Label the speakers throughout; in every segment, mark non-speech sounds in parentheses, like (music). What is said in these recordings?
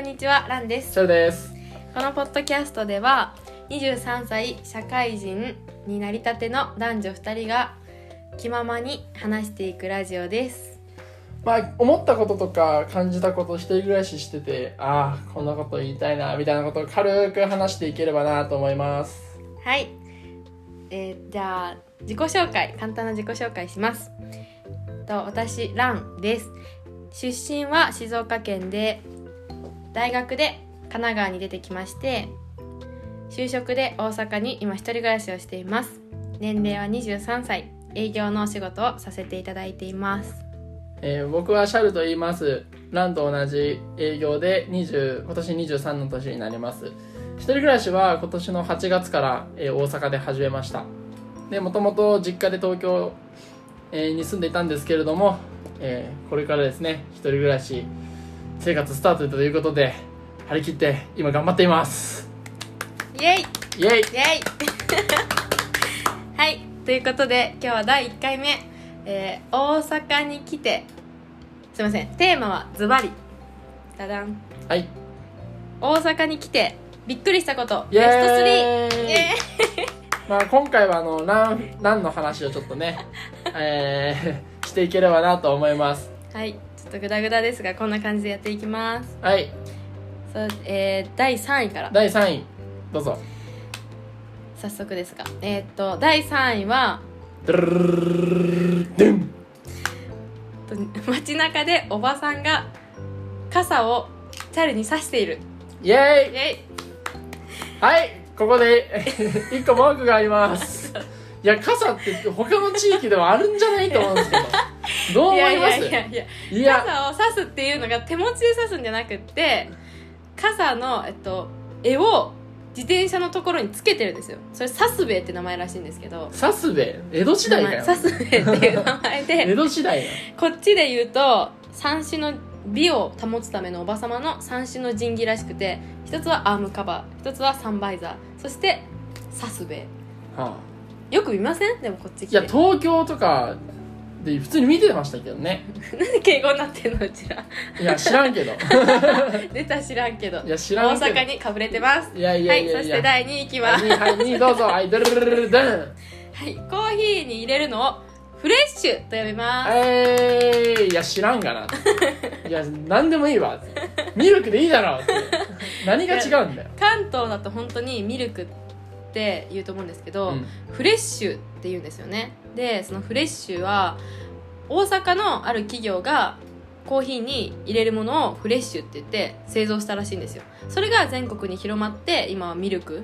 Speaker 1: んにちは、ランです。
Speaker 2: シャルです。
Speaker 1: このポッドキャストでは、23歳社会人になりたての男女2人が気ままに話していくラジオです。
Speaker 2: まあ、思ったこととか感じたこと一人暮らししてて、ああ、こんなこと言いたいな、みたいなことを軽く話していければなと思います。
Speaker 1: はい。えーじゃあ、自己紹介、簡単な自己紹介します。と私、ランです。出身は静岡県で、大学で神奈川に出てきまして、就職で大阪に今一人暮らしをしています。年齢は23歳、営業のお仕事をさせていただいています。
Speaker 2: えー僕はシャルと言います。ランと同じ営業で20、今年23の年になります。一人暮らしは今年の8月から、えー大阪で始めました。で、もともと実家で東京、えーに住んでいたんですけれども、えーこれからですね、一人暮らし生活スタートということで、張り切って今頑張っています。
Speaker 1: イエイイ
Speaker 2: イェイ
Speaker 1: エイ (laughs) はい、ということで今日は第1回目、えー大阪に来て、すいません、テーマはズバリ。ダダン。
Speaker 2: はい。
Speaker 1: 大阪に来てびっくりしたこと、
Speaker 2: イ
Speaker 1: ベスト3。
Speaker 2: エーイ
Speaker 1: イエ
Speaker 2: まあ今回はあのランランの話をちょっとね、えー、していければなと思います。
Speaker 1: ーイはい、ちょっとグダグダですがこんな感じでやっていきます。
Speaker 2: はい。
Speaker 1: そうえー第3位から。
Speaker 2: 第三位どうぞ。
Speaker 1: 早速ですがえーっと第3位は (laughs)
Speaker 2: ドゥルルルルルルドゥン
Speaker 1: と街中でおばさんが傘をチャルに差している
Speaker 2: イエ
Speaker 1: イ
Speaker 2: ーイ。
Speaker 1: エ
Speaker 2: はい。ここで一個文句があります。いや傘って他の地域ではあるんじゃないと思うんですけど。どう
Speaker 1: イい
Speaker 2: 思
Speaker 1: や
Speaker 2: い
Speaker 1: い
Speaker 2: ます
Speaker 1: や？いやいや
Speaker 2: いや
Speaker 1: 傘を差すっていうのが手持ちで差すんじゃなくって傘の、えっと、絵を自転車のところにつけてるんですよそれサスベイって名前らしいんですけど
Speaker 2: サスベ江戸時代だよ。
Speaker 1: サスベイっていう名前
Speaker 2: 江
Speaker 1: で
Speaker 2: 戸時代や。
Speaker 1: こっちで言うと三種の美を保つためのおばさまの三種の神器らしくて一つはアームカバー一つはサンバイザーそしてサスベ
Speaker 2: はあ、
Speaker 1: イよく見ませんでもこっち来
Speaker 2: いや
Speaker 1: て
Speaker 2: 東京とかで普通に見てましたけどね。
Speaker 1: なんで (laughs) 敬語になってんのうちら
Speaker 2: いや知らんけど。
Speaker 1: 出た知らんけど
Speaker 2: いや知ら
Speaker 1: 大
Speaker 2: んけど
Speaker 1: 阪にかぶれてます
Speaker 2: いやいや
Speaker 1: は
Speaker 2: いや
Speaker 1: い、そ
Speaker 2: い
Speaker 1: し
Speaker 2: や、
Speaker 1: て第2位いきます。
Speaker 2: はい、はい、2どうぞ、はい、ドゥルルルルルドン
Speaker 1: はい、コーヒーに入れるのをフレッシュと呼びます。
Speaker 2: えーいや、知らんがな。いや、なんでもいいわ。ミルクでいいだろうって。何が違うんだよ。
Speaker 1: 関東だと本当にミルクって言うと思うんですけど、
Speaker 2: うん
Speaker 1: フレッシュって言うんですよね。で、そのフレッシュは大阪のある企業がコーヒーに入れるものをフレッシュって言って製造したらしいんですよ。それが全国に広まって今はミルクっ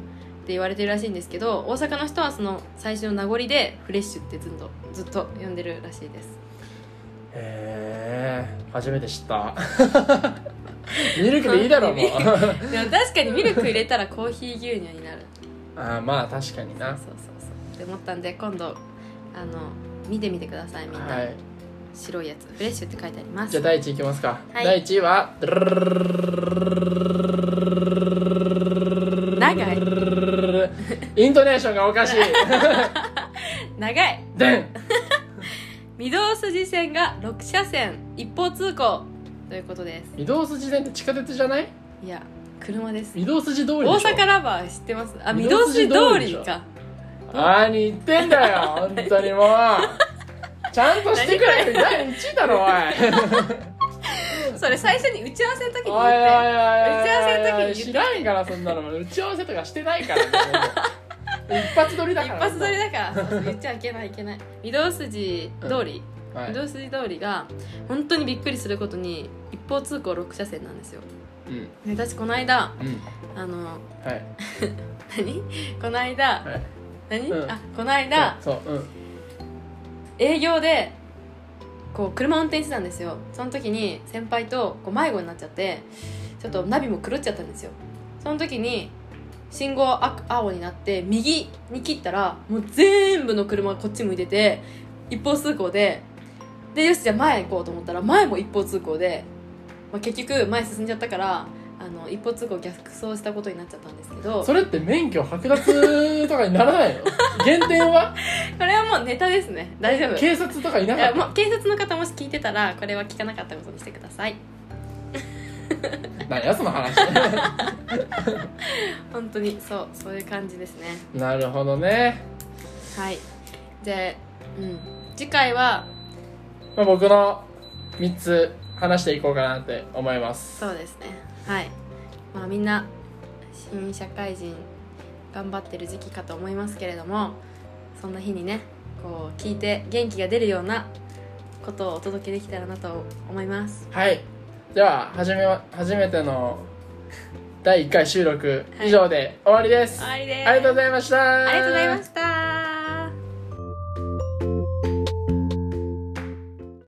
Speaker 1: て言われてるらしいんですけど、大阪の人はその最初の名残でフレッシュってずっとずっと呼んでるらしいです。
Speaker 2: えー、初めて知った。ミルクでいいだろう、もう。
Speaker 1: (laughs) でも確かにミルク入れたらコーヒー牛乳になる
Speaker 2: あーまあ、確かに
Speaker 1: そうそ
Speaker 2: な。
Speaker 1: うそうそうって思ったんで今度あの見てみてくださいみんな、
Speaker 2: はい。
Speaker 1: 白いやつフレッシュって書いてあります
Speaker 2: じゃあ、第1位いきますか。
Speaker 1: はい
Speaker 2: 第1位は、ドゥルルルルルル
Speaker 1: 長い
Speaker 2: ルルルイントネーションがおかしい。
Speaker 1: 長い
Speaker 2: でん
Speaker 1: 御堂筋線が6車線一方通行ということです
Speaker 2: 移動筋線って地下鉄じゃない
Speaker 1: いや車です
Speaker 2: 御堂筋通り
Speaker 1: 大
Speaker 2: でしょ
Speaker 1: 阪ラバー知ってますあ御
Speaker 2: 御
Speaker 1: 堂
Speaker 2: 堂
Speaker 1: 筋
Speaker 2: 筋
Speaker 1: 通
Speaker 2: 通り
Speaker 1: りか
Speaker 2: 何言ってんだよ
Speaker 1: (laughs)
Speaker 2: 本当にもうちゃんとしてくれ第1位だろおい
Speaker 1: それ最初に打ち合わせの時に
Speaker 2: おいおいおいおい
Speaker 1: 言打ち合わせの時に言
Speaker 2: おい
Speaker 1: って
Speaker 2: 知らんからそんなのもう打ち合わせとかしてないからねもう一発撮りだ
Speaker 1: って
Speaker 2: か
Speaker 1: 一
Speaker 2: ら
Speaker 1: 発撮りだからそうそう言っちゃいけないいけない御堂筋通り、
Speaker 2: は
Speaker 1: 御
Speaker 2: い
Speaker 1: 堂筋通りが本当にびっくりすることに一方通行6車線なんですよ
Speaker 2: うん
Speaker 1: で私この間
Speaker 2: うん
Speaker 1: あの
Speaker 2: はい
Speaker 1: 何この間、
Speaker 2: はい
Speaker 1: 何、
Speaker 2: うん
Speaker 1: あこの間
Speaker 2: そうそううん
Speaker 1: 営業でこう車運転してたんですよその時に先輩とこう迷子になっちゃってちょっとナビも狂っちゃったんですよその時に信号あ青になって右に切ったらもう全部の車がこっち向いてて一方通行ででよしじゃあ前行こうと思ったら前も一方通行で、まあ、結局前進んじゃったからあの一方通行逆走したことになっちゃったんですけど
Speaker 2: それって免許剥奪とかにならないの減
Speaker 1: (laughs)
Speaker 2: 点は
Speaker 1: これはもうネタですね大丈夫
Speaker 2: 警察とかいないか
Speaker 1: や
Speaker 2: った
Speaker 1: もう警察の方もし聞いてたらこれは聞かなかったことにしてください
Speaker 2: 何やその
Speaker 1: (laughs)
Speaker 2: 話
Speaker 1: 本当にそうそういう感じですね
Speaker 2: なるほどね、
Speaker 1: はいで、うん、次回は
Speaker 2: まあ、僕の3つ話していこうかなって思います
Speaker 1: そうですねはいまあみんな新社会人頑張ってる時期かと思いますけれどもそんな日にねこう聞いて元気が出るようなことをお届けできたらなと思います
Speaker 2: はいでは初めは初めての第1回収録以上で終わりです、
Speaker 1: 終わりです
Speaker 2: ありがとうございました
Speaker 1: ありがとうございました